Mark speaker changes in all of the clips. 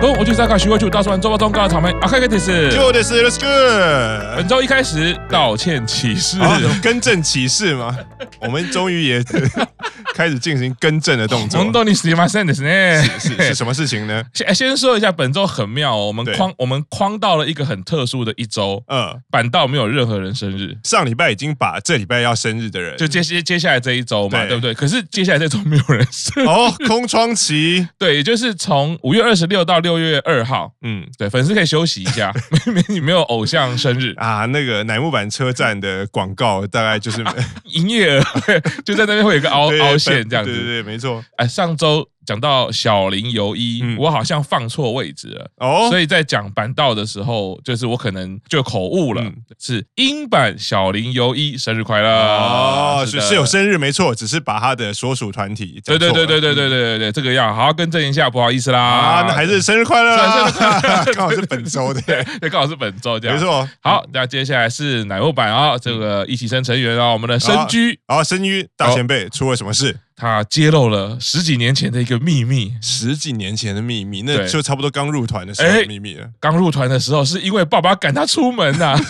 Speaker 1: どうも、おじさんが学就大叔玩周报中告草莓啊阿开开的是。
Speaker 2: 就的是 Let's Go
Speaker 1: 本周一开始，道歉启事。
Speaker 2: 啊，更正启示 嘛，我们终于也开始进行更正的动作。
Speaker 1: 本当にすみませんですね。
Speaker 2: 是是什么事情呢？
Speaker 1: 先先说一下，本周很妙哦，我们
Speaker 2: 对
Speaker 1: 框我们框到了一个很特殊的一周，
Speaker 2: 呃，
Speaker 1: 板道没有任何人生日，
Speaker 2: 上礼拜已经把这礼拜要生日的人
Speaker 1: 就接接接下来这一周嘛，
Speaker 2: 对
Speaker 1: 对不对？可是接下来这周没有人生，
Speaker 2: 哦，空窗期，
Speaker 1: 对，也就是从五月二十六到六月二号，
Speaker 2: 嗯
Speaker 1: 对，粉丝可以休息一 下，没没你没有偶像生日，
Speaker 2: 啊，那个乃木坂车站的广告大概就是
Speaker 1: 营业额 就在那边会有一个凹
Speaker 2: 对
Speaker 1: 凹陷这样
Speaker 2: 对对
Speaker 1: 子。
Speaker 2: 对，没错。
Speaker 1: 哎，上周讲到小林由一
Speaker 2: 嗯，
Speaker 1: 我好像放错位置了。
Speaker 2: 哦，
Speaker 1: 所以在讲板道的时候，就是我可能就口误了，
Speaker 2: 嗯
Speaker 1: 是英版小林由一生日快乐
Speaker 2: 哦，是
Speaker 1: 啊的
Speaker 2: 是有生日没错，只是把他的所属团体讲
Speaker 1: 对对
Speaker 2: 错
Speaker 1: 对
Speaker 2: 了
Speaker 1: 对对对对对对，这个要好好更正一下，不好意思啦。
Speaker 2: 啊，那还是生日快乐
Speaker 1: 是生日
Speaker 2: 啦， 刚好是本周的，
Speaker 1: 对，对刚好是本周这样。
Speaker 2: 没。错。嗯
Speaker 1: 好，那接下来是奶油版啊、这个一起生成员啊、我们的深居，
Speaker 2: 然后生于大前辈出了什么事？
Speaker 1: 他揭露了十几年前的一个秘密。
Speaker 2: 十几年前的秘密，那
Speaker 1: 对
Speaker 2: 就差不多刚入团的时候
Speaker 1: 哎
Speaker 2: 的秘密了。
Speaker 1: 刚入团的时候，是因为爸爸赶他出门啊呐、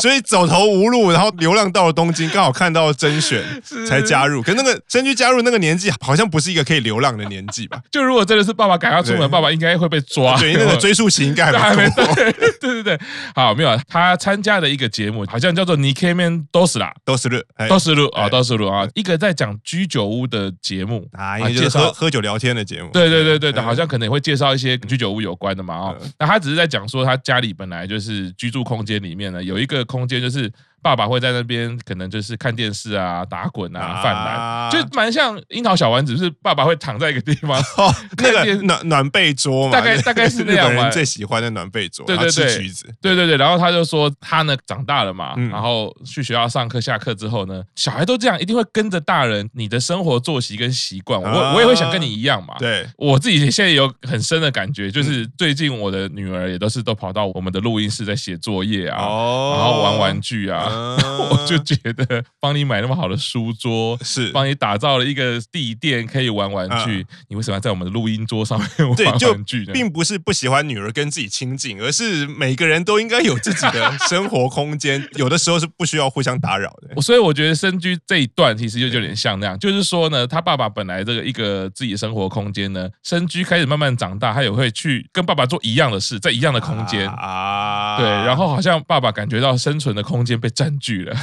Speaker 2: 所以走投无路，然后流浪到了东京，刚好看到甄选
Speaker 1: 是
Speaker 2: 才加入。可那个生居加入那个年纪，好像不是一个可以流浪的年纪 吧？
Speaker 1: 就如果真的是爸爸赶他出
Speaker 2: 对
Speaker 1: 门，爸爸应该会被抓。
Speaker 2: 对，那个追溯期应该
Speaker 1: 哎还
Speaker 2: 还
Speaker 1: 没
Speaker 2: 没
Speaker 1: 到
Speaker 2: 过。，
Speaker 1: 对对对，好，没有，他参加的一个节目，好像叫做《你 Came in Dos 啦
Speaker 2: 都是日，哎》，
Speaker 1: ，Dos 路啊
Speaker 2: 哎
Speaker 1: ，Dos 路啊，一个在讲居酒屋的节目
Speaker 2: 啊，因为就是喝
Speaker 1: 绍。
Speaker 2: 喝酒聊天的节目。
Speaker 1: 对对对对对，
Speaker 2: 嗯
Speaker 1: 好像可能也会介绍一些跟居酒屋有关的嘛哦。那他只是在讲说，他家里本来就是居住空间里面呢，有一个空间就是爸爸会在那边，可能就是看电视啊、打滚啊、犯懒，
Speaker 2: 啊
Speaker 1: 就蛮像樱桃小丸子，就是爸爸会躺在一个地方，
Speaker 2: 哦，那
Speaker 1: 看
Speaker 2: 个
Speaker 1: 电
Speaker 2: 暖暖被桌嘛，
Speaker 1: 大概
Speaker 2: 对
Speaker 1: 大概是那
Speaker 2: 日
Speaker 1: 样吧
Speaker 2: 本人最喜欢的暖被桌，
Speaker 1: 对对
Speaker 2: 然后
Speaker 1: 对
Speaker 2: 吃橘子。
Speaker 1: 对对对，然后他就说他呢长大了嘛，
Speaker 2: 嗯
Speaker 1: 然后去学校上课下课之后呢，小孩都这样，一定会跟着大人你的生活作息跟习惯，我、
Speaker 2: 啊
Speaker 1: 我也会想跟你一样嘛。
Speaker 2: 对，嗯
Speaker 1: 我自己现在有很深的感觉，就是最近我的女儿也都是都跑到我们的录音室在写作业啊，
Speaker 2: 哦
Speaker 1: 然后玩玩具啊，
Speaker 2: 嗯
Speaker 1: 我就觉得帮你买那么好的书桌，
Speaker 2: 是
Speaker 1: 帮你打造了一个地垫可以玩玩具，你为什么要在我们的录音桌上面
Speaker 2: 啊对
Speaker 1: 玩
Speaker 2: 就
Speaker 1: 玩具呢？
Speaker 2: 并不是不喜欢女儿跟自己亲近，而是每个人都应该有自己的生活 空间，有的时候是不需要互相打扰的。
Speaker 1: 我所以我觉得深居这一段其实就有点像那样，就是说呢，他爸爸本来这个一个自己的生活空间呢，深居开始慢慢长大，他也会去跟爸爸做一样的事，在一样的空间。
Speaker 2: 啊
Speaker 1: 对，然后好像爸爸感觉到生存的空间被占据了，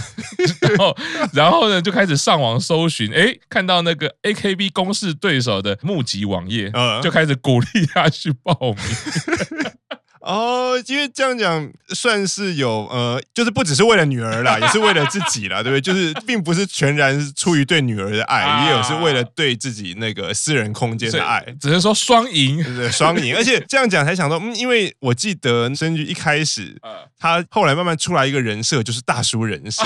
Speaker 1: 然后，然后呢就开始上网搜寻，诶，看到那个 AKB 公式对手的募集网页，
Speaker 2: 嗯
Speaker 1: 就开始鼓励他去报名。
Speaker 2: 哦，因为这样讲算是有呃，就是不只是为了女儿啦，也是为了自己 啦，对不对？就是并不是全然是出于对女儿的爱，
Speaker 1: 啊
Speaker 2: 也有是为了对自己那个私人空间
Speaker 1: 所以
Speaker 2: 的爱。
Speaker 1: 只能说双赢。
Speaker 2: 对不对？双赢，而且这样讲才想到，嗯，因为我记得申菊一开始
Speaker 1: 呃，
Speaker 2: 他后来慢慢出来一个人设，就是大叔人设，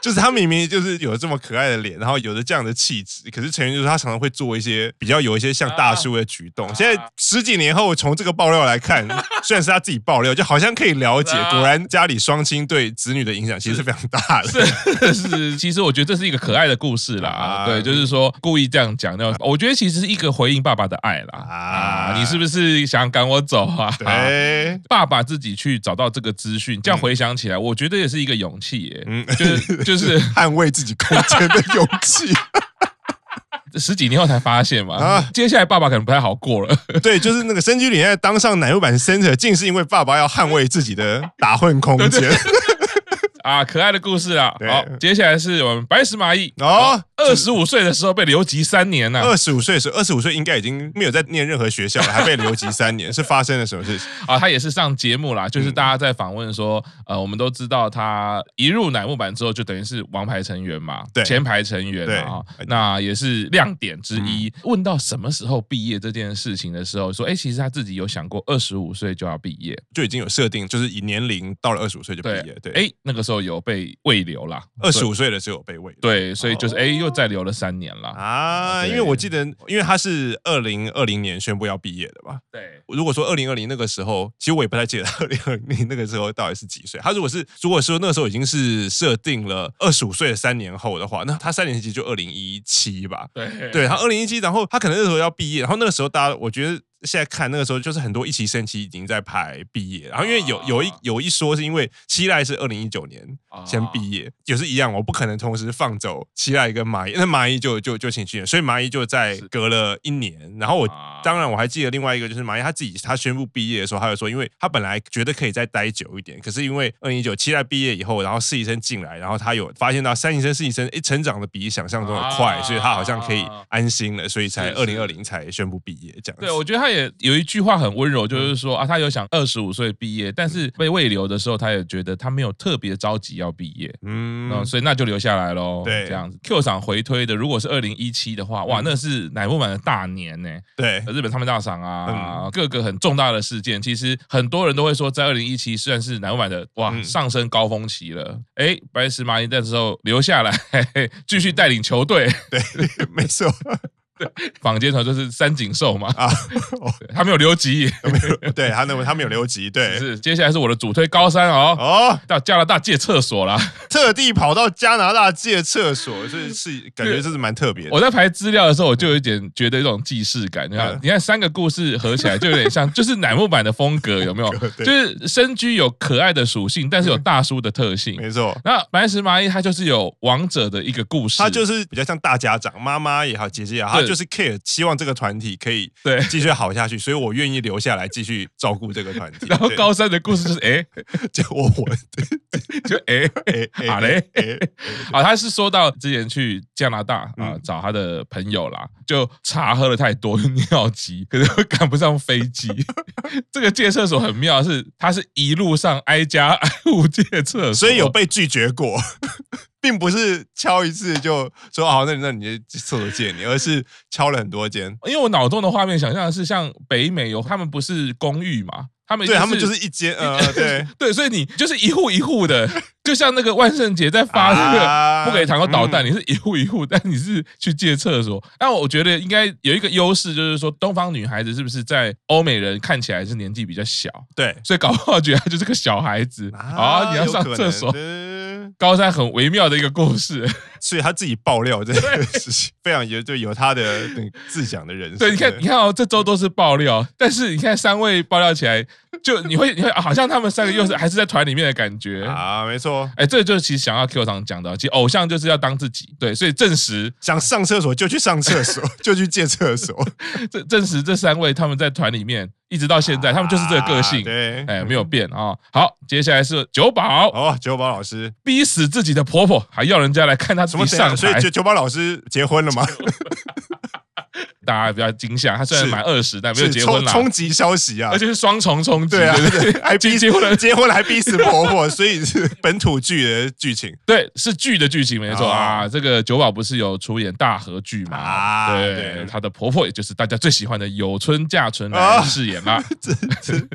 Speaker 2: 就是他明明就是有这么可爱的脸，然后有着这样的气质，可是成员就是他常常会做一些比较有一些像大叔的举动。现在十几年后，从这个爆料来看，虽然是他自己爆料，就好像可以了解
Speaker 1: 啊，
Speaker 2: 果然家里双亲对子女的影响其实是非常大的。
Speaker 1: 是 是，其实我觉得这是一个可爱的故事啦。
Speaker 2: 啊
Speaker 1: 对，就是说故意这样讲，那我觉得其实是一个回应爸爸的爱啦。
Speaker 2: 啊
Speaker 1: 啊，你是不是想赶我走啊？
Speaker 2: 对，
Speaker 1: 爸爸自己去找到这个资讯，这样回想起来，我觉得也是一个勇气耶。
Speaker 2: 嗯
Speaker 1: 就是就是
Speaker 2: 捍卫自己空间的勇气。
Speaker 1: 十几年后才发现嘛，
Speaker 2: 啊
Speaker 1: 接下来爸爸可能不太好过了。
Speaker 2: 对，就是那个深居里在当上奶油版 center，竟是因为爸爸要捍卫自己的打混空间。
Speaker 1: 啊，可爱的故事啦。
Speaker 2: 对
Speaker 1: 好，接下来是我们白石麻衣
Speaker 2: 哦，
Speaker 1: 二十五岁的时候被留级三年啊呐、
Speaker 2: 二十五岁的时候，二十五岁应该已经没有在念任何学校了，还被留级 三年，是发生了什么事情？
Speaker 1: 啊，他也是上节目啦，
Speaker 2: 嗯
Speaker 1: 就是大家在访问说，呃，我们都知道他一入乃木坂之后，就等于是王牌成员嘛，
Speaker 2: 对
Speaker 1: 前排成员
Speaker 2: 对嗯
Speaker 1: 啊，那也是亮点之一。问到什么时候毕业这件事情的时候，说，哎，其实他自己有想过二十五岁就要毕业，
Speaker 2: 就已经有设定，就是以年龄到了二十五岁就毕业。对，
Speaker 1: 哎，那个时候有被未留啦，
Speaker 2: 二十
Speaker 1: 所以，
Speaker 2: 五岁的时候有被喂
Speaker 1: 对，所以就是哎，又再留了三年啦，
Speaker 2: 啊，
Speaker 1: 对
Speaker 2: 因为我记得，因为他是二零二零年宣布要毕业的吧。
Speaker 1: 对，
Speaker 2: 如果说二零二零那个时候，其实我也不太记得二零二零那个时候到底是几岁。他如果是如果说那个时候已经是设定了二十五岁的三年后的话，那他三年级就二零一七吧。
Speaker 1: 对，
Speaker 2: 对，他二零一七，然后他可能那时候要毕业，然后那个时候大家我觉得现在看那个时候，就是很多一期生期已经在排毕业，然后因为有
Speaker 1: 啊
Speaker 2: 有一有一说是因为七濑是二零一九年
Speaker 1: 啊
Speaker 2: 先毕业，也是一样，我不可能同时放走七濑跟麻衣，那麻衣就就就请去年，所以麻衣就在
Speaker 1: 是
Speaker 2: 隔了一年，然后我
Speaker 1: 啊
Speaker 2: 当然我还记得另外一个就是马伊他自己他宣布毕业的时候，他就说，因为他本来觉得可以再待久一点，可是因为二零一九期待毕业以后，然后实习生进来，然后他有发现到三习生、实习生诶成长的比想象中的快，
Speaker 1: 啊
Speaker 2: 所以他好像可以安心了，所以才
Speaker 1: 是
Speaker 2: 二
Speaker 1: 是
Speaker 2: 零二零才宣布毕业这样子。
Speaker 1: 对，我觉得他也有一句话很温柔，
Speaker 2: 嗯
Speaker 1: 就是说啊，他有想二十五岁毕业，但是被未留的时候，他也觉得他没有特别着急要毕业，嗯，
Speaker 2: 嗯，
Speaker 1: 所以那就留下来喽。
Speaker 2: 对
Speaker 1: 这样子。Q 赏回推的，如果是二零一七的话，哇，
Speaker 2: 嗯
Speaker 1: 那是乃木坂的大年呢、
Speaker 2: 对，
Speaker 1: 日本唱片大赏
Speaker 2: 嗯
Speaker 1: 啊，各个很重大的事件，其实很多人都会说，在二零一七虽然是乃木坂的哇、
Speaker 2: 嗯
Speaker 1: 上升高峰期了，哎，白石麻衣那时候留下来，嘿嘿继
Speaker 2: 嗯
Speaker 1: 续带领球队，呃
Speaker 2: 没错
Speaker 1: 坊间传就是三井寿嘛，
Speaker 2: 啊， 哦
Speaker 1: 对他没有留级，
Speaker 2: 对他那他们有留级，
Speaker 1: 只
Speaker 2: 对
Speaker 1: 是接下来是我的主推高三哦。
Speaker 2: 哦，
Speaker 1: 到加拿大借厕所啦！
Speaker 2: 特地跑到加拿大借厕所，所以是感觉这是蛮特别的
Speaker 1: 我在排资料的时候，我就有一点觉得一种既视感。你看
Speaker 2: 嗯，
Speaker 1: 你看三个故事合起来就有点 像，就是乃木坂的风格，有没有？
Speaker 2: 对嗯
Speaker 1: 就是身居有可爱的属性，但是有大叔的特性。
Speaker 2: 没错。
Speaker 1: 那白石麻衣她就是有王者的一个故事，
Speaker 2: 他就是比较像大家长，妈妈也好，姐姐也好，
Speaker 1: 对
Speaker 2: 他就是 care，希望这个团体可以
Speaker 1: 对
Speaker 2: 继续好 下去，所以我愿意留下来继续照顾这个团体。
Speaker 1: 然后
Speaker 2: 对
Speaker 1: 高三的故事就是哎，
Speaker 2: 就 我我
Speaker 1: 就哎
Speaker 2: 哎
Speaker 1: 好嘞，
Speaker 2: 哎哎
Speaker 1: 啊，他是说到之前去加拿大啊、
Speaker 2: 嗯
Speaker 1: 找他的朋友啦，就茶喝的太多，尿急， 可是赶不上飞机。 这个借厕所很妙，是他是一路上挨家挨户借厕所，
Speaker 2: 所以有被拒绝过， 并不是敲一次就说哦好，那那你就厕所借你，而是敲了很多间。
Speaker 1: 因为我脑洞的画面想象的是像北美有他们不是公寓嘛，他们、
Speaker 2: 对他们就是一间，呃，对，
Speaker 1: 对，所以你就是一户一户的， 就像那个万圣节在 发那个。
Speaker 2: 啊
Speaker 1: 不给糖果捣蛋，你是一户一户，但你是去借厕所。那我觉得应该有一个优势，就是说东方女孩子是不是在欧美人看起来是年纪比较小，
Speaker 2: 对
Speaker 1: 所以搞不好觉得她就是个小孩子啊，你要上厕所。
Speaker 2: 所，
Speaker 1: 高三很微妙的一个故事，
Speaker 2: 所以他自己爆料这件事情，非常有对有他的那个自讲的人生。
Speaker 1: 对，你看，你看哦，这周都是爆料，但是你看三位爆料起来，就你会，你会好像他们三个又是还是在团里面的感觉。
Speaker 2: 啊，没错，
Speaker 1: 哎，这就是其实想要 Q 上讲的，其实偶像就是要当自己，对，所以证实
Speaker 2: 想上厕所就去上 厕所，就去借厕所。
Speaker 1: 这证实这三位他们在团里面一直到现在，他们就是这个个性
Speaker 2: 啊，对，
Speaker 1: 哎，没有变啊、好，接下来是九保
Speaker 2: 哦，九宝老师，
Speaker 1: 逼死自己的婆婆，还要人家来看她
Speaker 2: 什
Speaker 1: 怎
Speaker 2: 么
Speaker 1: 么
Speaker 2: 等一下？
Speaker 1: 上
Speaker 2: 所以
Speaker 1: 台
Speaker 2: 九，九宝老师结婚了吗？
Speaker 1: 大家比较惊吓。她虽然
Speaker 2: 是
Speaker 1: 满二十，但 没有
Speaker 2: 是
Speaker 1: 结
Speaker 2: 冲
Speaker 1: 婚啦，
Speaker 2: 冲击消息啊
Speaker 1: 而！且是双重冲击，
Speaker 2: 对啊
Speaker 1: 对不对，
Speaker 2: 还逼
Speaker 1: 结婚了
Speaker 2: 结婚了还逼死婆婆， 所以是本土剧的剧情
Speaker 1: 对，是剧的剧情没错
Speaker 2: 哦
Speaker 1: 啊。这个九保不是有出演大和剧嘛？
Speaker 2: 啊
Speaker 1: 对
Speaker 2: 对，
Speaker 1: 她的婆婆也就是大家最喜欢的有村架纯来
Speaker 2: 啊
Speaker 1: 饰演啦。
Speaker 2: 这这，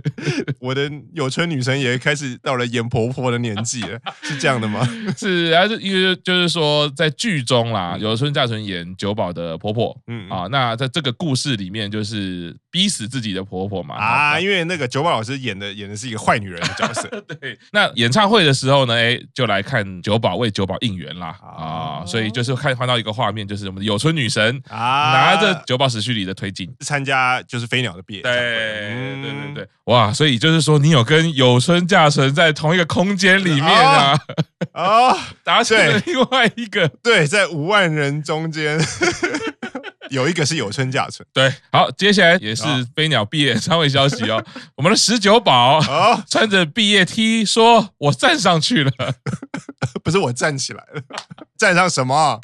Speaker 2: 我的有村女神也开始到了演婆婆的年纪了，是这样的吗？
Speaker 1: 是，然后就因为就是说，在剧中啦，有村架纯演九保的婆婆
Speaker 2: 嗯
Speaker 1: 啊，那在这个故事里面，就是逼死自己的婆婆嘛。
Speaker 2: 啊，
Speaker 1: 啊，
Speaker 2: 因为那个九宝老师演的演的是一个坏女人的角色，
Speaker 1: 对。那演唱会的时候呢，哎，就来看九保为九保应援啦啊，
Speaker 2: 哦
Speaker 1: 所以就是看看到一个画面，就是我们的有村女神
Speaker 2: 啊，
Speaker 1: 拿着九保史序里的推进。
Speaker 2: 参加就是飞鸟的毕业
Speaker 1: 对
Speaker 2: 展会
Speaker 1: 对对
Speaker 2: 嗯
Speaker 1: 对，哇！所以就是说，你有跟有村架纯在同一个空间里面啊，
Speaker 2: 哦，
Speaker 1: 达成了另外一个
Speaker 2: 对，在五万人中间 有一个是有村架纯
Speaker 1: 对，好，接下来也是
Speaker 2: 好
Speaker 1: 飞鸟毕业演唱会消息哦。我们的十九宝
Speaker 2: 哦，
Speaker 1: 穿着毕业 T 说：“我站上去了。
Speaker 2: 不是我站起来了，站上什么？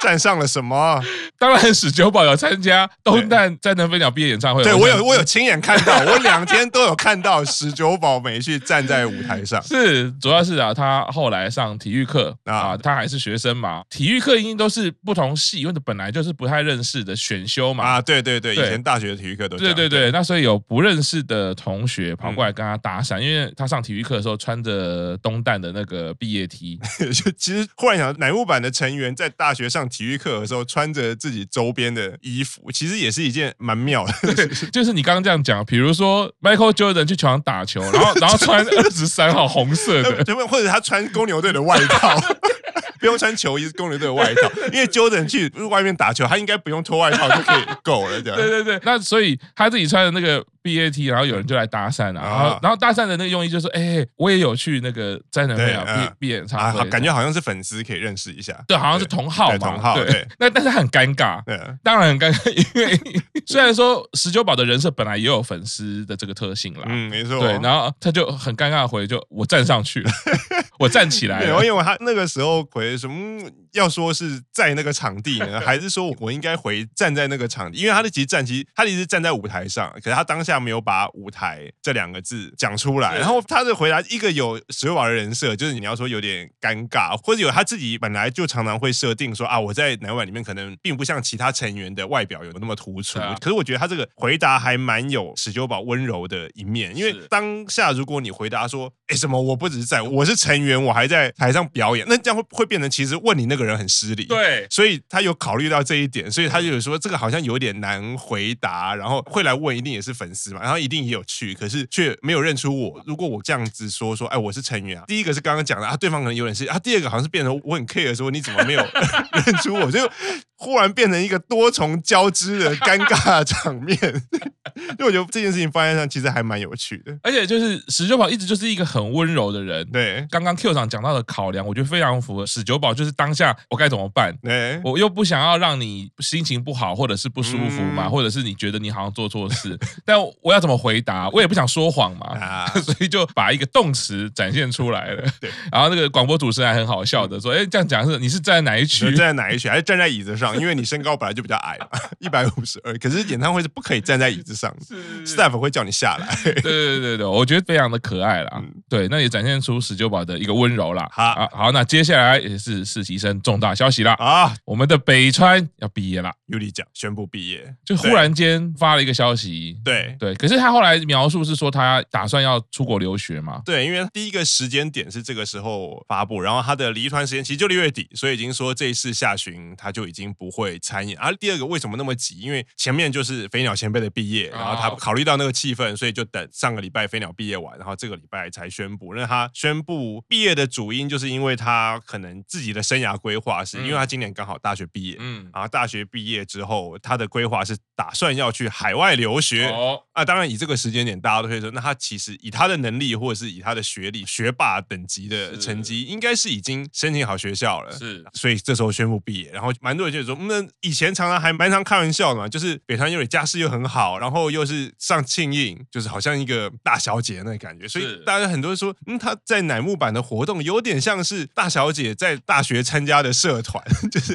Speaker 2: 站上了什么？”
Speaker 1: 当然，十九宝有参加东旦战能飞鸟毕业演唱会。
Speaker 2: 对我有
Speaker 1: 想
Speaker 2: 我有亲眼看到，我两天都有看到十九宝美去站在舞台上。
Speaker 1: 是，主要是啊，他后来上体育课
Speaker 2: 啊
Speaker 1: 啊，他还是学生嘛，体育课一定都是不同系，因为本来就是不太认识的选修嘛。
Speaker 2: 啊，对对对，以
Speaker 1: 对
Speaker 2: 前大学的体育课都这
Speaker 1: 对
Speaker 2: 样嗯
Speaker 1: 对对，那所以有不认识的同学跑过来跟他搭讪，因为他上体育课的时候穿着东旦的那个毕业 T，
Speaker 2: 就其实忽然想，乃木坂的成员在大学上体育课的时候，穿着自己周边的衣服，其实也是一件蛮妙的。
Speaker 1: 就是你刚刚这样讲，比如说 Michael Jordan 去球场打球， 然后然后穿二十三号红色的，
Speaker 2: 就或者他穿公牛队的外套，不用穿球衣是公牛队的外套，因为 Jordan 去外面打球，他应该不用脱外套就可以够了，这样。
Speaker 1: 对对对，那所以他自己穿的那个 BAT，然后有人就来搭讪啊，然后
Speaker 2: 啊
Speaker 1: 然后搭讪的那个用意就说，哎，我也有去那个詹仁会
Speaker 2: 对
Speaker 1: 啊
Speaker 2: 嗯
Speaker 1: 毕毕业演
Speaker 2: 啊，
Speaker 1: 唱
Speaker 2: 好
Speaker 1: 会，
Speaker 2: 感觉好像是粉丝可以认识一下。
Speaker 1: 对，好像是同号
Speaker 2: 对
Speaker 1: 嘛，
Speaker 2: 同号对
Speaker 1: 那但是很尴尬，
Speaker 2: 对，啊
Speaker 1: 当然很尴尬，因为 虽然说十九宝的人设本来也有粉丝的这个特性啦，
Speaker 2: 嗯，没错。
Speaker 1: 对，然后他就很尴尬地回，就我站上去 了，我站起来
Speaker 2: 对，然后
Speaker 1: 了。
Speaker 2: 因为他那个时候回什么，嗯要说是在那个场地 呢，还是说我应该回站在那个场地？因为他的其实站，其实他一直站在舞台上，可是他当下没有把舞台这两个字讲出来。
Speaker 1: 是
Speaker 2: 然后他的回答，一个有史瑞宝的人设，就是你要说有点尴尬，或者有他自己本来就常常会设定说啊，我在南晚里面可能并不像其他成员的外表有那么突出。
Speaker 1: 对啊
Speaker 2: 可是我觉得他这个回答还蛮有史九宝温柔的一面，因为
Speaker 1: 是
Speaker 2: 当下如果你回答说，哎，什么我不只是在，我是成员，我还在台上表演，那这样会会变成其实问你那个人很失礼。。
Speaker 1: 对，
Speaker 2: 所以他有考虑到这一点，所以他就有说这个好像有点难回答，然后会来问，一定也是粉丝嘛，然后一定也有去，可是却没有认出我。如果我这样子说说，哎，我是成员啊，第一个是刚刚讲的啊，对方可能有点是啊，第二个好像是变成我很 care 说你怎么没有 认出我，就忽然变成一个多重交织的尴尬的场面。 就我觉得这件事情放在上其实还蛮有趣的，
Speaker 1: 而且就是十九宝一直就是一个很温柔的人。
Speaker 2: 对
Speaker 1: 刚刚 Q 长讲到的考量，我觉得非常符合十九宝，就是当下我该怎么办。
Speaker 2: 对。
Speaker 1: 我又不想要让你心情不好，或者是不舒服嘛，
Speaker 2: 嗯
Speaker 1: 或者是你觉得你好像做错事，但我要怎么回答？我也不想说谎嘛，
Speaker 2: 啊
Speaker 1: 所以就把一个动词展现出来了。
Speaker 2: 对， 嗯
Speaker 1: 然后那个广播主持人还很好笑的说：“哎，这样讲是你是站在哪一
Speaker 2: 你说
Speaker 1: 区
Speaker 2: 站在哪一区？还是站在椅子上？因为你身高本来就比较矮嘛，一百五十二。可是演唱会是不可以站在椅子上的？” ，staff 会叫你下来。
Speaker 1: 对对对对，我觉得非常的可爱啦。
Speaker 2: 嗯
Speaker 1: 对，那也展现出十九宝的一个温柔啦。
Speaker 2: 好
Speaker 1: 啊，好，那接下来也是实习生重大消息啦，
Speaker 2: 啊，
Speaker 1: 我们的北川要毕业啦，
Speaker 2: 尤里奖宣布毕业，
Speaker 1: 就忽然间发了一个消息，
Speaker 2: 对
Speaker 1: 对，可是他后来描述是说他打算要出国留学嘛，
Speaker 2: 对，因为第一个时间点是这个时候发布，然后他的离团时间其实就六月底，所以已经说这一次下旬他就已经不会参演。啊而第二个为什么那么急？因为前面就是飞鸟前辈的毕业，
Speaker 1: 哦
Speaker 2: 然后他考虑到那个气氛，所以就等上个礼拜飞鸟毕业完，然后这个礼拜才宣布。那他宣布毕业的主因，就是因为他可能自己的生涯规划是，因为他今年刚好大学毕业。
Speaker 1: 嗯，
Speaker 2: 然后大学毕业之后，他的规划是打算要去海外留学。
Speaker 1: 哦，
Speaker 2: 啊，当然以这个时间点，大家都会说，那他其实以他的能力，或者是以他的学历、学霸等级的
Speaker 1: 是
Speaker 2: 成绩，应该是已经申请好学校了。
Speaker 1: 是
Speaker 2: 所以这时候宣布毕业，然后蛮多人就说，嗯那以前常常还蛮常开玩笑的嘛，就是北川悠里家世又很好，然后又是上庆应，就是好像一个大小姐那感觉，所
Speaker 1: 是
Speaker 2: 以大家很多人说，嗯，她在乃木坂的活动有点像是大小姐在大学参加的社团， 就是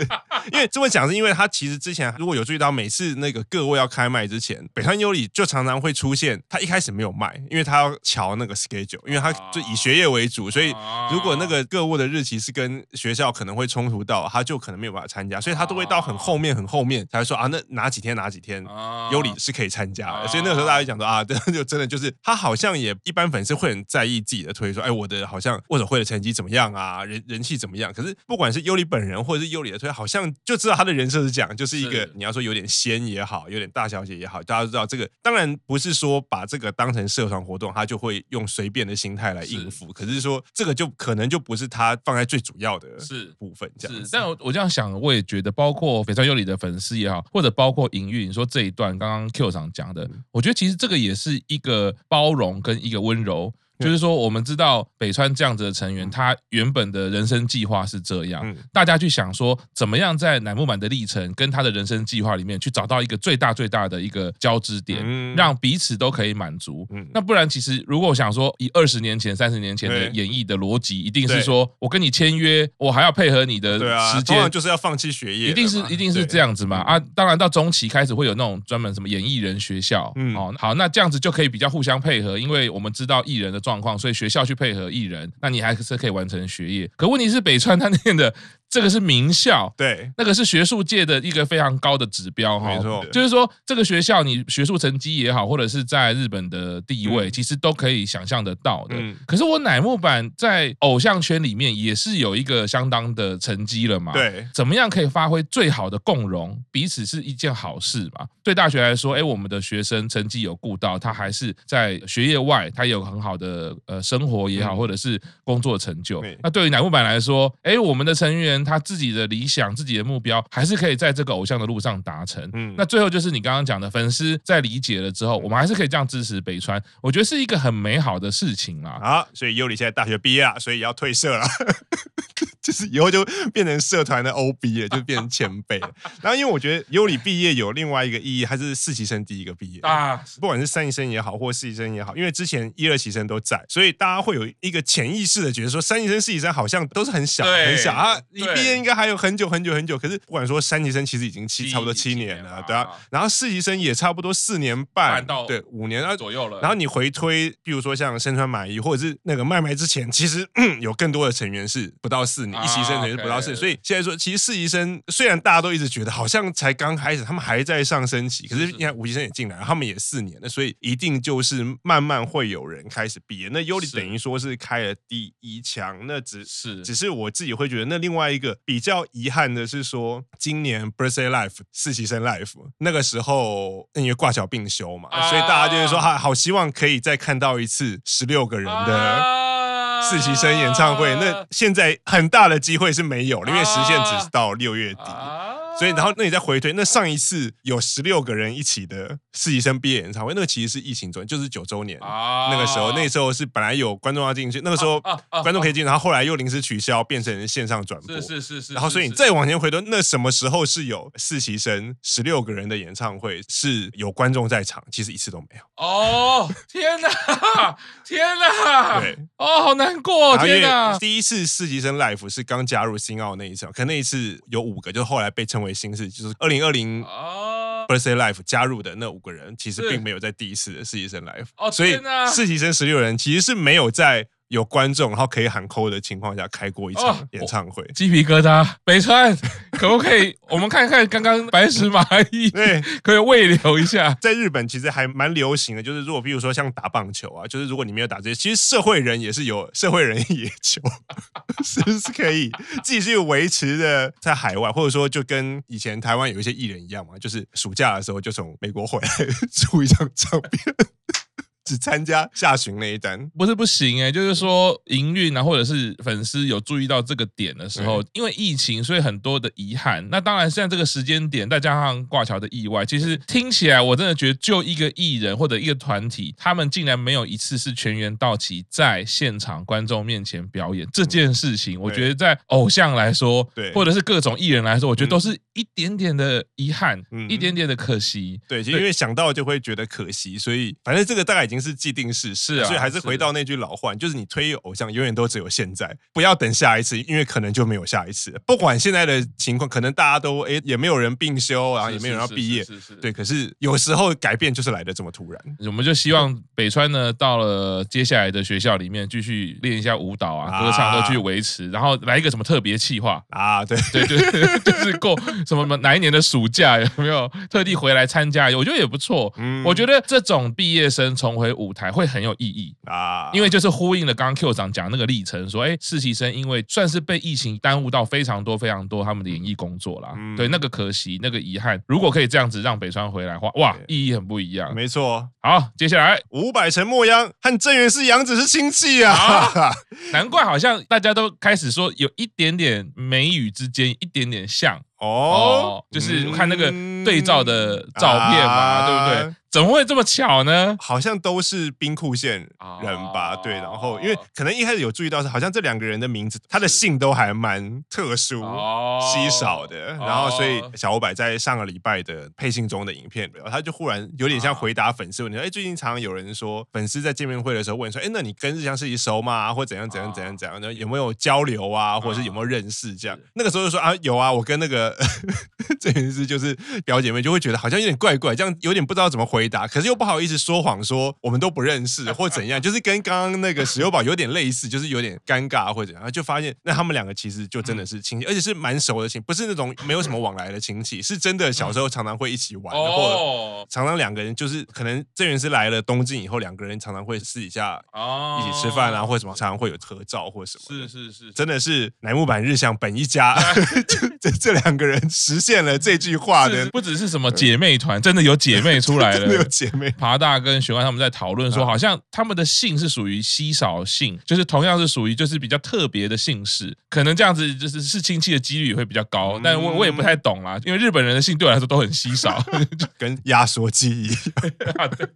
Speaker 2: 因为这么讲是因为她其实之前如果有注意到，每次那个各位要开卖之前，北川悠里就常常会出现，她一开始没有卖，因为她要瞧那个 schedule，因为她就以学业为主，所以
Speaker 1: 啊
Speaker 2: 如果那个各物的日期是跟学校可能会冲突到，他就可能没有办法参加，所以他都会到很后面很后面才会说啊，那哪几天哪几天
Speaker 1: 啊
Speaker 2: 优里是可以参加
Speaker 1: 啊
Speaker 2: 的。所以那个时候大家就讲说啊，这 就真的就是他好像也一般粉丝会很在意自己的推说，哎，我的好像握手会的成绩怎么样啊，人人气怎么样？可是不管是优里本人或者是优里的推，好像就知道他的人设是这样，就是一个
Speaker 1: 是
Speaker 2: 你要说有点仙也好，有点大小姐也好，大家都知道这个。当然不是说把这个当成社团活动，他就会用随便的心态来应付，可是说这个就可能就不是他放在最主要的
Speaker 1: 是
Speaker 2: 部分这样
Speaker 1: 是，
Speaker 2: 子
Speaker 1: 但。我我这样想，我也觉得，包括北川悠里的粉丝也好，或者包括隐喻，你说这一段刚刚 Q 上讲
Speaker 2: 嗯
Speaker 1: 的，我觉得其实这个也是一个包容跟一个温柔。
Speaker 2: 对
Speaker 1: 就是说，我们知道北川这样子的成员，他原本的人生计划是这样，
Speaker 2: 嗯
Speaker 1: 大家去想说，怎么样在乃木坂的历程跟他的人生计划里面去找到一个最大最大的一个交织点，
Speaker 2: 嗯
Speaker 1: 让彼此都可以满足。
Speaker 2: 嗯
Speaker 1: 那不然，其实如果想说以二十年前、三十年前的
Speaker 2: 对
Speaker 1: 演绎的逻辑，一定是
Speaker 2: 对
Speaker 1: 说我跟你签约，我还要配合你的
Speaker 2: 对啊，
Speaker 1: 时
Speaker 2: 通
Speaker 1: 间
Speaker 2: 常，就是要放弃学
Speaker 1: 一
Speaker 2: 业了嘛，
Speaker 1: 定是一定是
Speaker 2: 对
Speaker 1: 这样子嘛
Speaker 2: 嗯
Speaker 1: 啊！当然到中期开始会有那种专门什么演艺人学校，
Speaker 2: 嗯
Speaker 1: 哦，好，那这样子就可以比较互相配合，因为我们知道艺人的状况，所以学校去配合艺人，那你还是可以完成学业。可问题是北川他念的这个是名校。
Speaker 2: 对，
Speaker 1: 那个是学术界的一个非常高的指标哈，
Speaker 2: 没错
Speaker 1: 哦就是说这个学校你学术成绩也好，或者是在日本的地位，
Speaker 2: 嗯
Speaker 1: 其实都可以想象得到的。
Speaker 2: 嗯
Speaker 1: 可是我乃木坂在偶像圈里面也是有一个相当的成绩了嘛，
Speaker 2: 对，
Speaker 1: 怎么样可以发挥最好的共融，彼此是一件好事嘛？对大学来说，哎，我们的学生成绩有顾到，他还是在学业外，他有很好的呃生活也好，
Speaker 2: 嗯
Speaker 1: 或者是工作成就
Speaker 2: 对。
Speaker 1: 那对于乃木坂来说，哎，我们的成员间他自己的理想、自己的目标，还是可以在这个偶像的路上达成。
Speaker 2: 嗯
Speaker 1: 那最后就是你刚刚讲的，粉丝在理解了之后，我们还是可以这样支持北川，我觉得是一个很美好的事情啦。
Speaker 2: 好，所以尤里现在大学毕业了，所以也要退社了。 就是以后就变成社团的 OB 了，就变成前辈了。然后，因为我觉得尤里毕业有另外一个意义，他是实习生第一个毕业
Speaker 1: 啊，
Speaker 2: 不管是三期生也好，或四期生也好，因为之前一二期生都在，所以大家会有一个潜意识的觉得说，三期生、四期生好像都是很小
Speaker 1: 对
Speaker 2: 很小啊，
Speaker 1: 对
Speaker 2: 一毕业应该还有很久很久很久。可是不管说三期生其实已经七
Speaker 1: 七
Speaker 2: 差不多七
Speaker 1: 七
Speaker 2: 年
Speaker 1: 年
Speaker 2: 了，
Speaker 1: 了
Speaker 2: 对啊
Speaker 1: 啊，
Speaker 2: 然后四期生也差不多四年半
Speaker 1: 半到
Speaker 2: 对五年啊
Speaker 1: 左右了。
Speaker 2: 然后你回推，比如说像深川麻衣或者是那个麦麦之前，其实 有更多的成员是不到四年，
Speaker 1: 啊
Speaker 2: 一期生成员是不到四年，
Speaker 1: OK
Speaker 2: 所以现在说，其实四期生虽然大家都一直觉得好像才刚开始，他们还在上升期，可是
Speaker 1: 是
Speaker 2: 你看五期生也进来，他们也四年了，所以一定就是慢慢会有人开始毕业。那尤里
Speaker 1: 是
Speaker 2: 等于说是开了第一枪，那只
Speaker 1: 是
Speaker 2: 只是我自己会觉得，那另外一个比较遗憾的是说，今年 Birthday Life 实习生 Life 那个时候，因为挂角病休嘛，
Speaker 1: 啊
Speaker 2: 所以大家就会说，哈，好希望可以再看到一次十六个人
Speaker 1: 啊
Speaker 2: 的
Speaker 1: 的
Speaker 2: 实习生演唱会。那现在很大的机会是没有了，因为时限只是到六月底。
Speaker 1: 啊
Speaker 2: 所以，然后那你再回推，那上一次有十六个人一起的实习生毕业演唱会，那个其实是疫情中，就是九周年
Speaker 1: 啊
Speaker 2: 那个时候，那时候是本来有观众要进去，那个时候
Speaker 1: 啊啊
Speaker 2: 观众可以进，然后后来又临时取消，变成线上转播。
Speaker 1: 是是是是，
Speaker 2: 然后，所以你
Speaker 1: 这
Speaker 2: 再往前回头，那什么时候是有实习生十六个人的演唱会是有观众在场？其实一次都没有。
Speaker 1: 哦，天哪，天哪，
Speaker 2: 对，
Speaker 1: 哦，好难过，
Speaker 2: 然后因
Speaker 1: 天
Speaker 2: 为
Speaker 1: 哪，
Speaker 2: 第一次实习生 life 是刚加入新奥那一场，可那一次有五个，就是后来被称为新世，就是二零二零
Speaker 1: 哦
Speaker 2: birthday life 加入的那五个人，其实
Speaker 1: 是
Speaker 2: 并没有在第一次的实习生 life。
Speaker 1: 哦
Speaker 2: 所以
Speaker 1: 天哪
Speaker 2: 实习生十六人其实是没有在有观众然后可以喊扣的情况下开过一场
Speaker 1: 哦
Speaker 2: 演唱会。
Speaker 1: 鸡皮疙瘩，北川，可不可以？我们看看刚刚白石麻衣，
Speaker 2: 对，
Speaker 1: 可以慰留一下。
Speaker 2: 在日本其实还蛮流行的，就是如果比如说像打棒球啊，就是如果你没有打这些，其实社会人也是有 社会人野球，是不是可以继续维持的在海外，或者说就跟以前台湾有一些艺人一样嘛，就是暑假的时候就从美国回来 出一张唱片， 只参加下旬那一单。
Speaker 1: 不是不行哎、就是说
Speaker 2: 嗯
Speaker 1: 营运啊，或者是粉丝有注意到这个点的时候，因为疫情，所以很多的遗憾。那当然，现在这个时间点，再加上挂桥的意外，其实听起来我真的觉得，就一个艺人或者一个团体，他们竟然没有一次是全员到齐，在现场观众面前表演这件事情，我觉得在偶像来说，
Speaker 2: 嗯对
Speaker 1: 或者是各种艺人来说，我觉得都是一点点的遗憾，
Speaker 2: 嗯
Speaker 1: 一点点的可惜。
Speaker 2: 对，其实因为想到就会觉得可惜，所以反正这个大概已经是既定事
Speaker 1: 是
Speaker 2: 实，
Speaker 1: 啊
Speaker 2: 所以还是回到那句老话，就是你推偶像永远都只有现在，不要等下一次，因为可能就没有下一次了。不管现在的情况，可能大家都诶也没有人病休啊，然后也没有人要毕业
Speaker 1: 是，是是是是
Speaker 2: 对。可是有时候改变就是来的这么突然。
Speaker 1: 我们就希望北川呢，到了接下来的学校里面继续练一下舞蹈啊、
Speaker 2: 啊
Speaker 1: 歌唱都去维持，然后来一个什么特别企划，
Speaker 2: 啊，对，
Speaker 1: 对，就是 就是过什么哪一年的暑假有没有特地回来参加？我觉得也不错。
Speaker 2: 嗯
Speaker 1: 我觉得这种毕业生重回舞台会很有意义。
Speaker 2: 啊，
Speaker 1: 因
Speaker 2: 为
Speaker 1: 为就是呼应了刚刚 Q 长讲那个历程，说，哎，实习生因为算是被疫情耽误到非常多非常多他们的演艺工作啦，
Speaker 2: 嗯
Speaker 1: 对，那个可惜，那个遗憾。如果可以这样子让北川回来的话，哇，
Speaker 2: 对
Speaker 1: 意义很不一样。
Speaker 2: 没错，
Speaker 1: 好，接下来
Speaker 2: 五百城墨央和郑源是杨子是亲戚啊
Speaker 1: 啊，难怪好像大家都开始说有一点点眉宇之间一点点像
Speaker 2: 哦嗯
Speaker 1: 哦，，就是看那个对照的照片嘛，
Speaker 2: 啊
Speaker 1: 对不对？怎么会这么巧呢？
Speaker 2: 好像都是兵库县人吧？
Speaker 1: 哦
Speaker 2: 对，然后因为可能一开始有注意到是，好像这两个人的名字，他的姓都还蛮特殊。
Speaker 1: 哦
Speaker 2: 稀少的，然后所以
Speaker 1: 哦
Speaker 2: 小五百在上个礼拜的配信中的影片，他就忽然有点像回答粉丝问题，哎，最近常有人说粉丝在见面会的时候问说，哎，那你跟日向世纪熟吗？或怎样怎样怎样怎样，然后有没有交流啊，或者是有没有认识这样？那个时候就说啊，有啊，我跟那个这件事就是表姐妹就会觉得好像有点怪怪，这样有点不知道怎么回答，可是又不好意思说谎说我们都不认识或怎样，就是跟刚刚那个石油宝有点类似，就是有点尴尬或者怎样，就发现那他们两个其实就真的是亲戚，而且是蛮熟的亲，不是那种没有什么往来的亲戚，是真的小时候常常会一起玩，或者
Speaker 1: 哦
Speaker 2: 常常两个人就是可能郑源师来了东京以后，两个人常常会私底下
Speaker 1: 哦
Speaker 2: 一起吃饭啊，或者什么，常常会有合照或什么的。
Speaker 1: 是是是，
Speaker 2: 真 的是乃木坂日向本一家，就这这两个人实现了这句话
Speaker 1: 是
Speaker 2: 的
Speaker 1: 不只是什么姐妹团，真的有姐妹出来
Speaker 2: 啊 真的有
Speaker 1: 了。
Speaker 2: 姐妹，
Speaker 1: 爬大跟玄关他们在讨论说，好像他们的姓是属于稀少姓，就是同样是属于就是比较特别的姓氏，可能这样子就是是亲戚的几率也会比较高。但我我也不太懂啦，因为日本人的姓对我来说都很稀少，
Speaker 2: 跟压缩记 忆
Speaker 1: 啊对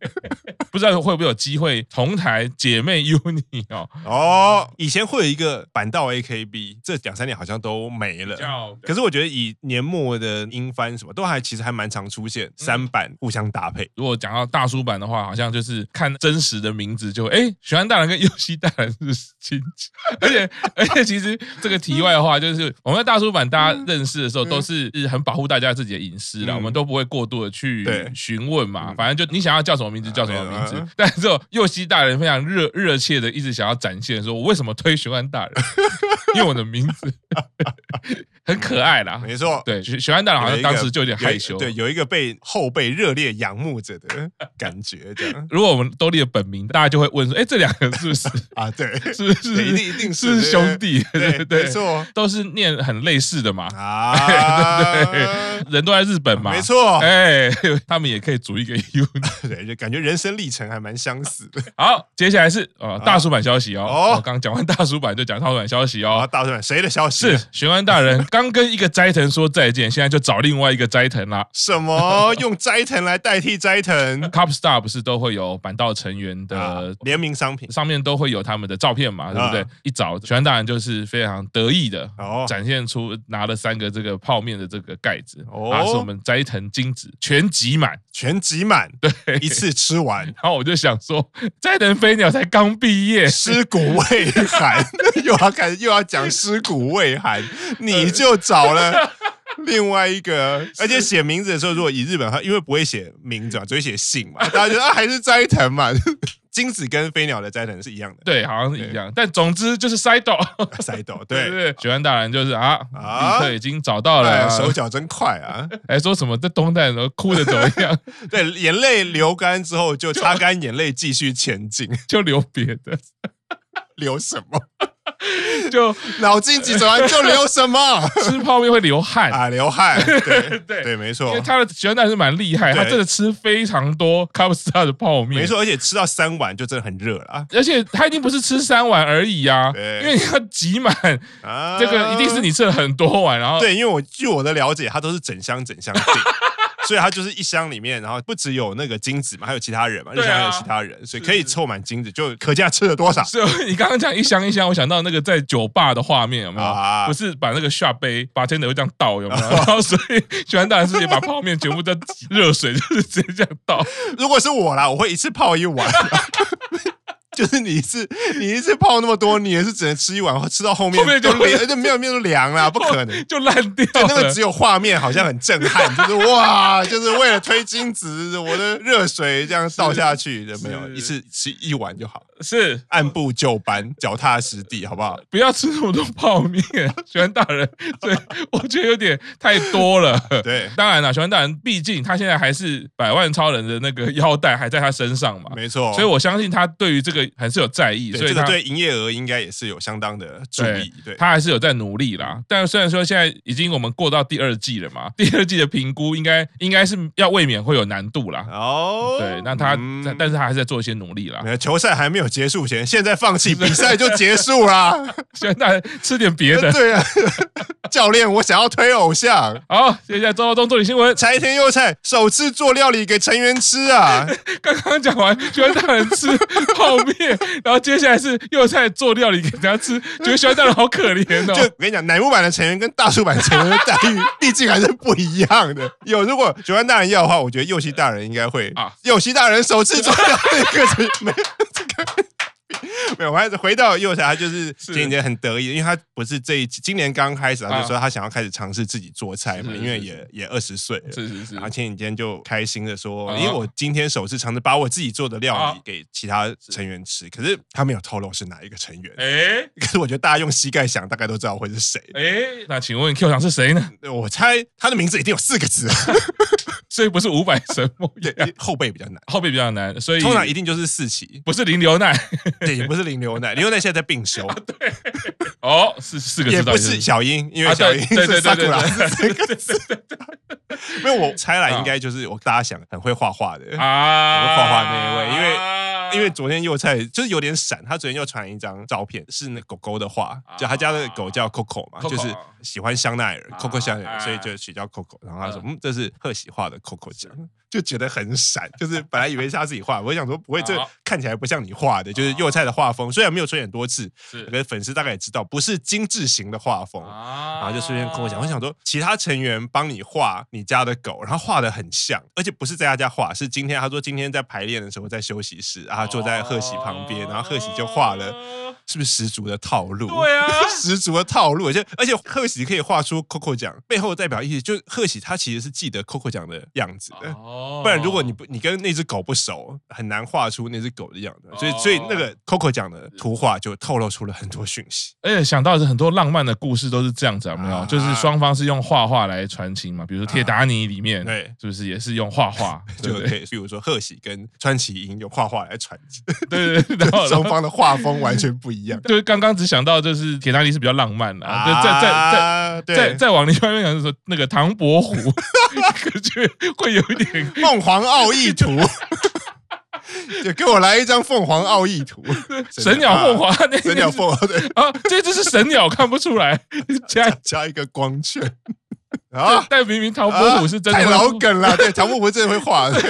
Speaker 1: 不知道会不会有机会同台姐妹 uni 哦，
Speaker 2: 哦。以前会有一个板道 AKB，这两三年好像都没了。
Speaker 1: 叫
Speaker 2: 可是我觉得以年末的英翻什么都还其实还蛮常出
Speaker 1: 嗯
Speaker 2: 现三版互相搭配，
Speaker 1: 如果讲到大叔版的话，好像就是看真实的名字就，哎，许安大人跟右西大人是亲戚， 而且而且其实这个题外话就是，我们在大叔版大家认识的时候，
Speaker 2: 嗯
Speaker 1: 都是很保护大家自己的隐私啦，
Speaker 2: 嗯
Speaker 1: 我们都不会过度的去
Speaker 2: 对
Speaker 1: 询问嘛，
Speaker 2: 嗯
Speaker 1: 反正就你想要叫什么名字叫什么名字
Speaker 2: 嗯。
Speaker 1: 但是右西大人非常热热切的一直想要展现，说我为什么推许安大人， 因为我的名字 很可爱啦。
Speaker 2: 没错。
Speaker 1: 嗯对，许许安大人好
Speaker 2: 有
Speaker 1: 像
Speaker 2: 一个
Speaker 1: 当时就有点害羞
Speaker 2: 有一。对，有一个被后辈热烈仰慕着的感觉，这样
Speaker 1: 如果我们都列本名，大家就会问说：“哎，这两个是不 是
Speaker 2: 啊，对，
Speaker 1: 是不是
Speaker 2: 对一定一定是
Speaker 1: 是不是兄弟？
Speaker 2: 对
Speaker 1: 对
Speaker 2: 没
Speaker 1: 对，
Speaker 2: 错
Speaker 1: 都是念很类似的嘛，
Speaker 2: 啊，
Speaker 1: 人都在日本嘛，
Speaker 2: 没。错，
Speaker 1: 哎，他们也可以组一个 U。
Speaker 2: 对，就感觉人生历程还蛮相似的。
Speaker 1: 好，接下来是呃大叔版消息哦。
Speaker 2: 啊哦
Speaker 1: 我刚讲完大叔版，就讲大叔版消息
Speaker 2: 啊，
Speaker 1: 哦。
Speaker 2: 大帅，谁的消息啊？
Speaker 1: 是玄关大人 刚跟一个斋藤说再见，现在就找另外一个斋藤啦。
Speaker 2: 什么用斋藤来代替斋藤
Speaker 1: Cup Star 不是都会有板道成员
Speaker 2: 嗯 啊
Speaker 1: 的？
Speaker 2: 联名商品？
Speaker 1: 上面都会有他们的照片嘛，对不对
Speaker 2: 啊？
Speaker 1: 一找玄关大人就是非常得意的，
Speaker 2: 哦，
Speaker 1: 展现出拿了三个这个泡面的这个盖子，啊
Speaker 2: 哦
Speaker 1: 它是我们斋藤金子全集满。，
Speaker 2: 全集满，对，一次吃完
Speaker 1: 然后我就想说，斋藤飞鸟才刚毕 业，
Speaker 2: 尸骨未寒， 又要开始又要讲尸骨未寒，你就找了。另外一个，而且写名字的时候，如果以日本话，因为不会写名字嘛，只会写姓嘛，大家觉得啊还是斋藤嘛， 金子跟飞鸟的斋藤是一样的，
Speaker 1: 对，好像是一样。但总之就是塞 斗，
Speaker 2: 塞斗
Speaker 1: 对
Speaker 2: 对，
Speaker 1: 对，喜欢大人就是啊，立
Speaker 2: 啊
Speaker 1: 刻已经找到了
Speaker 2: 哎
Speaker 1: 啊
Speaker 2: 呀，，手脚真快啊，
Speaker 1: 还说什么在东大然后哭的怎么样，
Speaker 2: 对，眼泪流干之后就擦干眼泪，继续前进，
Speaker 1: 就留别的，
Speaker 2: 流什么？
Speaker 1: 就
Speaker 2: 脑筋急转弯就流什 么
Speaker 1: 吃泡面会流汗。
Speaker 2: 啊？流汗，对
Speaker 1: 对
Speaker 2: 对，没
Speaker 1: 因
Speaker 2: 错
Speaker 1: 为，他的喜欢大人是蛮厉害，
Speaker 2: 对
Speaker 1: 他真的吃非常多 Cup Star 的泡面，
Speaker 2: 没错，而且吃到三碗就真的很热了啊
Speaker 1: 而且他已经不是吃三碗而已啊，
Speaker 2: 对
Speaker 1: 因为你要挤满，
Speaker 2: 啊！
Speaker 1: 这个一定是你吃了很多碗，然后
Speaker 2: 对，因为我据我的了解，它都是整箱整箱订。 所以它就是一箱里面，然后不只有那个金子嘛，还有其他人嘛，日
Speaker 1: 对啊
Speaker 2: 常还有其他人，所以
Speaker 1: 是
Speaker 2: 可以
Speaker 1: 是
Speaker 2: 凑满金子，就可见它吃了多少
Speaker 1: 所以你刚刚讲一箱一箱，我想到那个在酒吧的画面有没有？
Speaker 2: 啊
Speaker 1: 不是把那个下杯把真的会这样倒有没有？ 然后所以喜欢大人是也把泡面全部都挤热水，就是直接这样 倒。
Speaker 2: 如果是我啦，我会一次泡一碗。 就是你一次，你一次泡那么多，你也是只能吃一碗，吃到后面
Speaker 1: 后面就
Speaker 2: 凉，就没有面都凉了，不可 能。
Speaker 1: 就烂掉
Speaker 2: 就那
Speaker 1: 了
Speaker 2: 个只。有画面，好像很震撼，就是哇，就是为了推金子，我的热水这样倒下去，有没有？
Speaker 1: 是
Speaker 2: 一次吃一碗就好，
Speaker 1: 是
Speaker 2: 按部就班，脚踏实地，好不好？
Speaker 1: 不要吃那么多泡面， 喜欢大人，对我觉得有点太多了。
Speaker 2: 对
Speaker 1: 当然了，喜欢大人，毕竟他现在还是百万超人的那个腰带还在他身上嘛，
Speaker 2: 没错。
Speaker 1: 所以我相信他对于这个还是有在意，
Speaker 2: 对
Speaker 1: 所以
Speaker 2: 这个
Speaker 1: 他
Speaker 2: 对营业额应该也是有相当的注意。对，
Speaker 1: 他还是有在努力啦。但虽然说现在已经我们过到第二季了嘛， 第二季的评估应该应该是要未免会有难度啦。
Speaker 2: 哦，
Speaker 1: 对，那他、
Speaker 2: 嗯
Speaker 1: 但但是他还是在做一些努力啦。
Speaker 2: 没有球赛还没有结束前，现在放弃比赛就结束啦。
Speaker 1: 希望大家吃点别 的。
Speaker 2: 对啊，教练，我想要推偶像。
Speaker 1: 好，接下来周报中做点新闻。
Speaker 2: 柴田佑菜首次做料理给成员吃啊！
Speaker 1: 刚刚讲完，喜欢大人吃 泡面，然后接下来是幼菜做料理给大家吃，觉得喜欢大人好可怜
Speaker 2: 就
Speaker 1: 哦。
Speaker 2: 我跟你讲，乃木坂的成员跟大叔版成员的待遇毕竟还是不一样的。有如果九安大人要的话，我觉得右西大人应该会
Speaker 1: 啊
Speaker 2: 啊。右西大人首次做到那个成没这个。没有，我还是回到右下，他就是
Speaker 1: 是
Speaker 2: 前几天很得意，因为他不是这一季今年刚开始，他
Speaker 1: 啊
Speaker 2: 就说他想要开始尝试自己做菜嘛，
Speaker 1: 是
Speaker 2: 因为
Speaker 1: 是
Speaker 2: 也也二十岁了。
Speaker 1: 是是是
Speaker 2: 然后前几天就开心的说，
Speaker 1: 啊
Speaker 2: 因为我今天首次尝试把我自己做的料
Speaker 1: 啊
Speaker 2: 理给其他成员吃，可是他没有透露是哪一个成员。
Speaker 1: 哎
Speaker 2: 可是我觉得大家用膝盖想，大概都知道会是谁。
Speaker 1: 哎，那请问 Q 长是谁呢？
Speaker 2: 我猜他的名字一定有四个字，
Speaker 1: 所以不是五百神木一
Speaker 2: 啊对
Speaker 1: 样，，
Speaker 2: 后背比较难。
Speaker 1: 后背比较难，所以
Speaker 2: 通常一定就是 四期，
Speaker 1: 不是零牛奶
Speaker 2: 对，也不是林牛奶，林牛奶现在在病
Speaker 1: 啊
Speaker 2: 休，
Speaker 1: 哦，是四个
Speaker 2: 也
Speaker 1: 字到
Speaker 2: 不
Speaker 1: 底什
Speaker 2: 是
Speaker 1: 么
Speaker 2: 小樱，因
Speaker 1: 啊
Speaker 2: 为小樱
Speaker 1: 对对对
Speaker 2: 是萨
Speaker 1: 对对
Speaker 2: 库拉，
Speaker 1: 对对对对
Speaker 2: 没有我猜来应该就是我大家想很会画画的，
Speaker 1: 啊，
Speaker 2: 画画那一位因为
Speaker 1: 为
Speaker 2: 因为昨天又菜就是有点闪，他昨天又传一张照片，是那狗狗的画
Speaker 1: 啊，
Speaker 2: 就他家的狗叫 Coco 嘛，
Speaker 1: Coco
Speaker 2: 就是喜欢香奈儿
Speaker 1: 啊
Speaker 2: ，Coco 香奈
Speaker 1: 哎
Speaker 2: 儿，所以就取叫 Coco。然后他说，
Speaker 1: 嗯
Speaker 2: 嗯，这是贺喜画的 Coco 酱，就觉得很闪， 就是本来以为是他自己画，我想说不会，这
Speaker 1: 好
Speaker 2: 看起来不像你画的，就是
Speaker 1: 啊
Speaker 2: 幼菜的画风，虽然没有出现很多次，
Speaker 1: 是
Speaker 2: 可是粉丝大概也知道不是精致型的画风。
Speaker 1: 啊
Speaker 2: 然后就顺便跟我讲，我想说其他成员帮你画你家的狗，然后画的很像，而且不是在他家画，是今天他说今天在排练的时候在休息室啊，坐在贺喜旁
Speaker 1: 哦
Speaker 2: 边，然后贺喜就画了。
Speaker 1: 了，
Speaker 2: 是不是十足的套路？
Speaker 1: 对啊
Speaker 2: 十足的套路，而且而且贺喜可以画出 Coco 奖背后的代表意思，就是贺喜他其实是记得 Coco 奖的样子的。
Speaker 1: 哦
Speaker 2: 不然，如果你不你跟那只狗不熟，很难画出那只狗的样子。所
Speaker 1: 哦
Speaker 2: 以，所以那个 Coco 奖的图画就透露出了很多讯息。
Speaker 1: 而且哎想到的很多浪漫的故事都是这样子，有没有？
Speaker 2: 啊
Speaker 1: 就是双方是用画画来传情嘛，比如说《铁达尼》里面，
Speaker 2: 对，
Speaker 1: 是不是也是用画 画？对
Speaker 2: 就
Speaker 1: 不
Speaker 2: 可
Speaker 1: 对
Speaker 2: 以，比如说贺喜跟川崎英用画画来传承，
Speaker 1: 对对，对哦 然后。
Speaker 2: 双方的画风完全不一样
Speaker 1: 就是刚刚只想到就是《铁达尼》是比较浪漫啊的，就再再再。
Speaker 2: 啊对
Speaker 1: 再再往另外一面想，就是说那个唐伯 虎， 感觉会有一点
Speaker 2: 凤凰奥义图，就给我来一张凤凰奥义图，
Speaker 1: 神鸟凤凰
Speaker 2: 啊，，
Speaker 1: 那
Speaker 2: 神鸟凤 凰，对，
Speaker 1: 啊，这只是神鸟，看不出 来，加
Speaker 2: 加一个光圈啊。
Speaker 1: 但明明唐伯虎是真的
Speaker 2: 啊
Speaker 1: 会
Speaker 2: 太老梗了，对，唐伯虎真的会画，对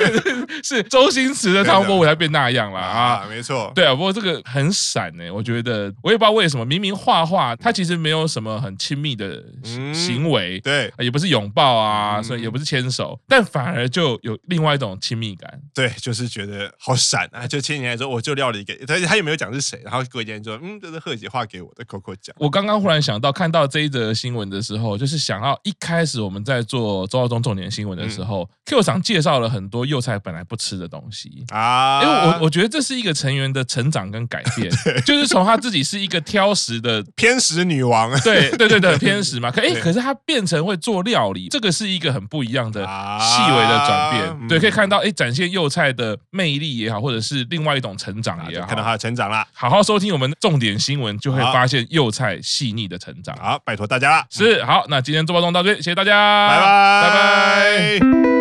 Speaker 1: 是周星驰的唐伯虎才变那样啦啊。
Speaker 2: 啊，没错，
Speaker 1: 对啊，不过这个很闪呢、我觉得我也不知道为什么，明明画画，它其实没有什么很亲密的
Speaker 2: 嗯
Speaker 1: 行为，
Speaker 2: 对
Speaker 1: 也不是拥抱啊，
Speaker 2: 嗯
Speaker 1: 所以也不是牵手，但反而就有另外一种亲密感。
Speaker 2: 对，就是觉得好闪啊！就前几天说，我就料了一个，但是他也没有讲是谁，然后过一天说，嗯，这是贺姐画给我的 Coco 奖，
Speaker 1: 我刚刚忽然想到，看到这一则新闻的时候，就是想到一开始我们在做周耀宗重点新闻的时
Speaker 2: 嗯
Speaker 1: 候、q 厂介绍了很多幼菜本来不吃的东西。
Speaker 2: 啊，
Speaker 1: 因为我我觉得这是一个成员的成长跟改 变，就是从他自己是一个挑食的，
Speaker 2: 偏食女王
Speaker 1: 对对对对，偏 食嘛。可哎、
Speaker 2: 对
Speaker 1: 可是他变成会做料理，这个是一个很不一样的
Speaker 2: 啊
Speaker 1: 细微的转变。
Speaker 2: 嗯
Speaker 1: 对，可以看到哎、展现幼菜的魅力也好，或者是另外一种成长
Speaker 2: 啊，
Speaker 1: 也
Speaker 2: 就
Speaker 1: 好。
Speaker 2: 看到他的成长啦。
Speaker 1: 好好收听我们重点新闻，就会
Speaker 2: 好
Speaker 1: 发现幼菜细腻的成长。
Speaker 2: 好，拜托大家啦，
Speaker 1: 是好，那今天周报中到这里，谢谢大家，
Speaker 2: 拜拜
Speaker 1: 啊拜拜。
Speaker 2: 拜。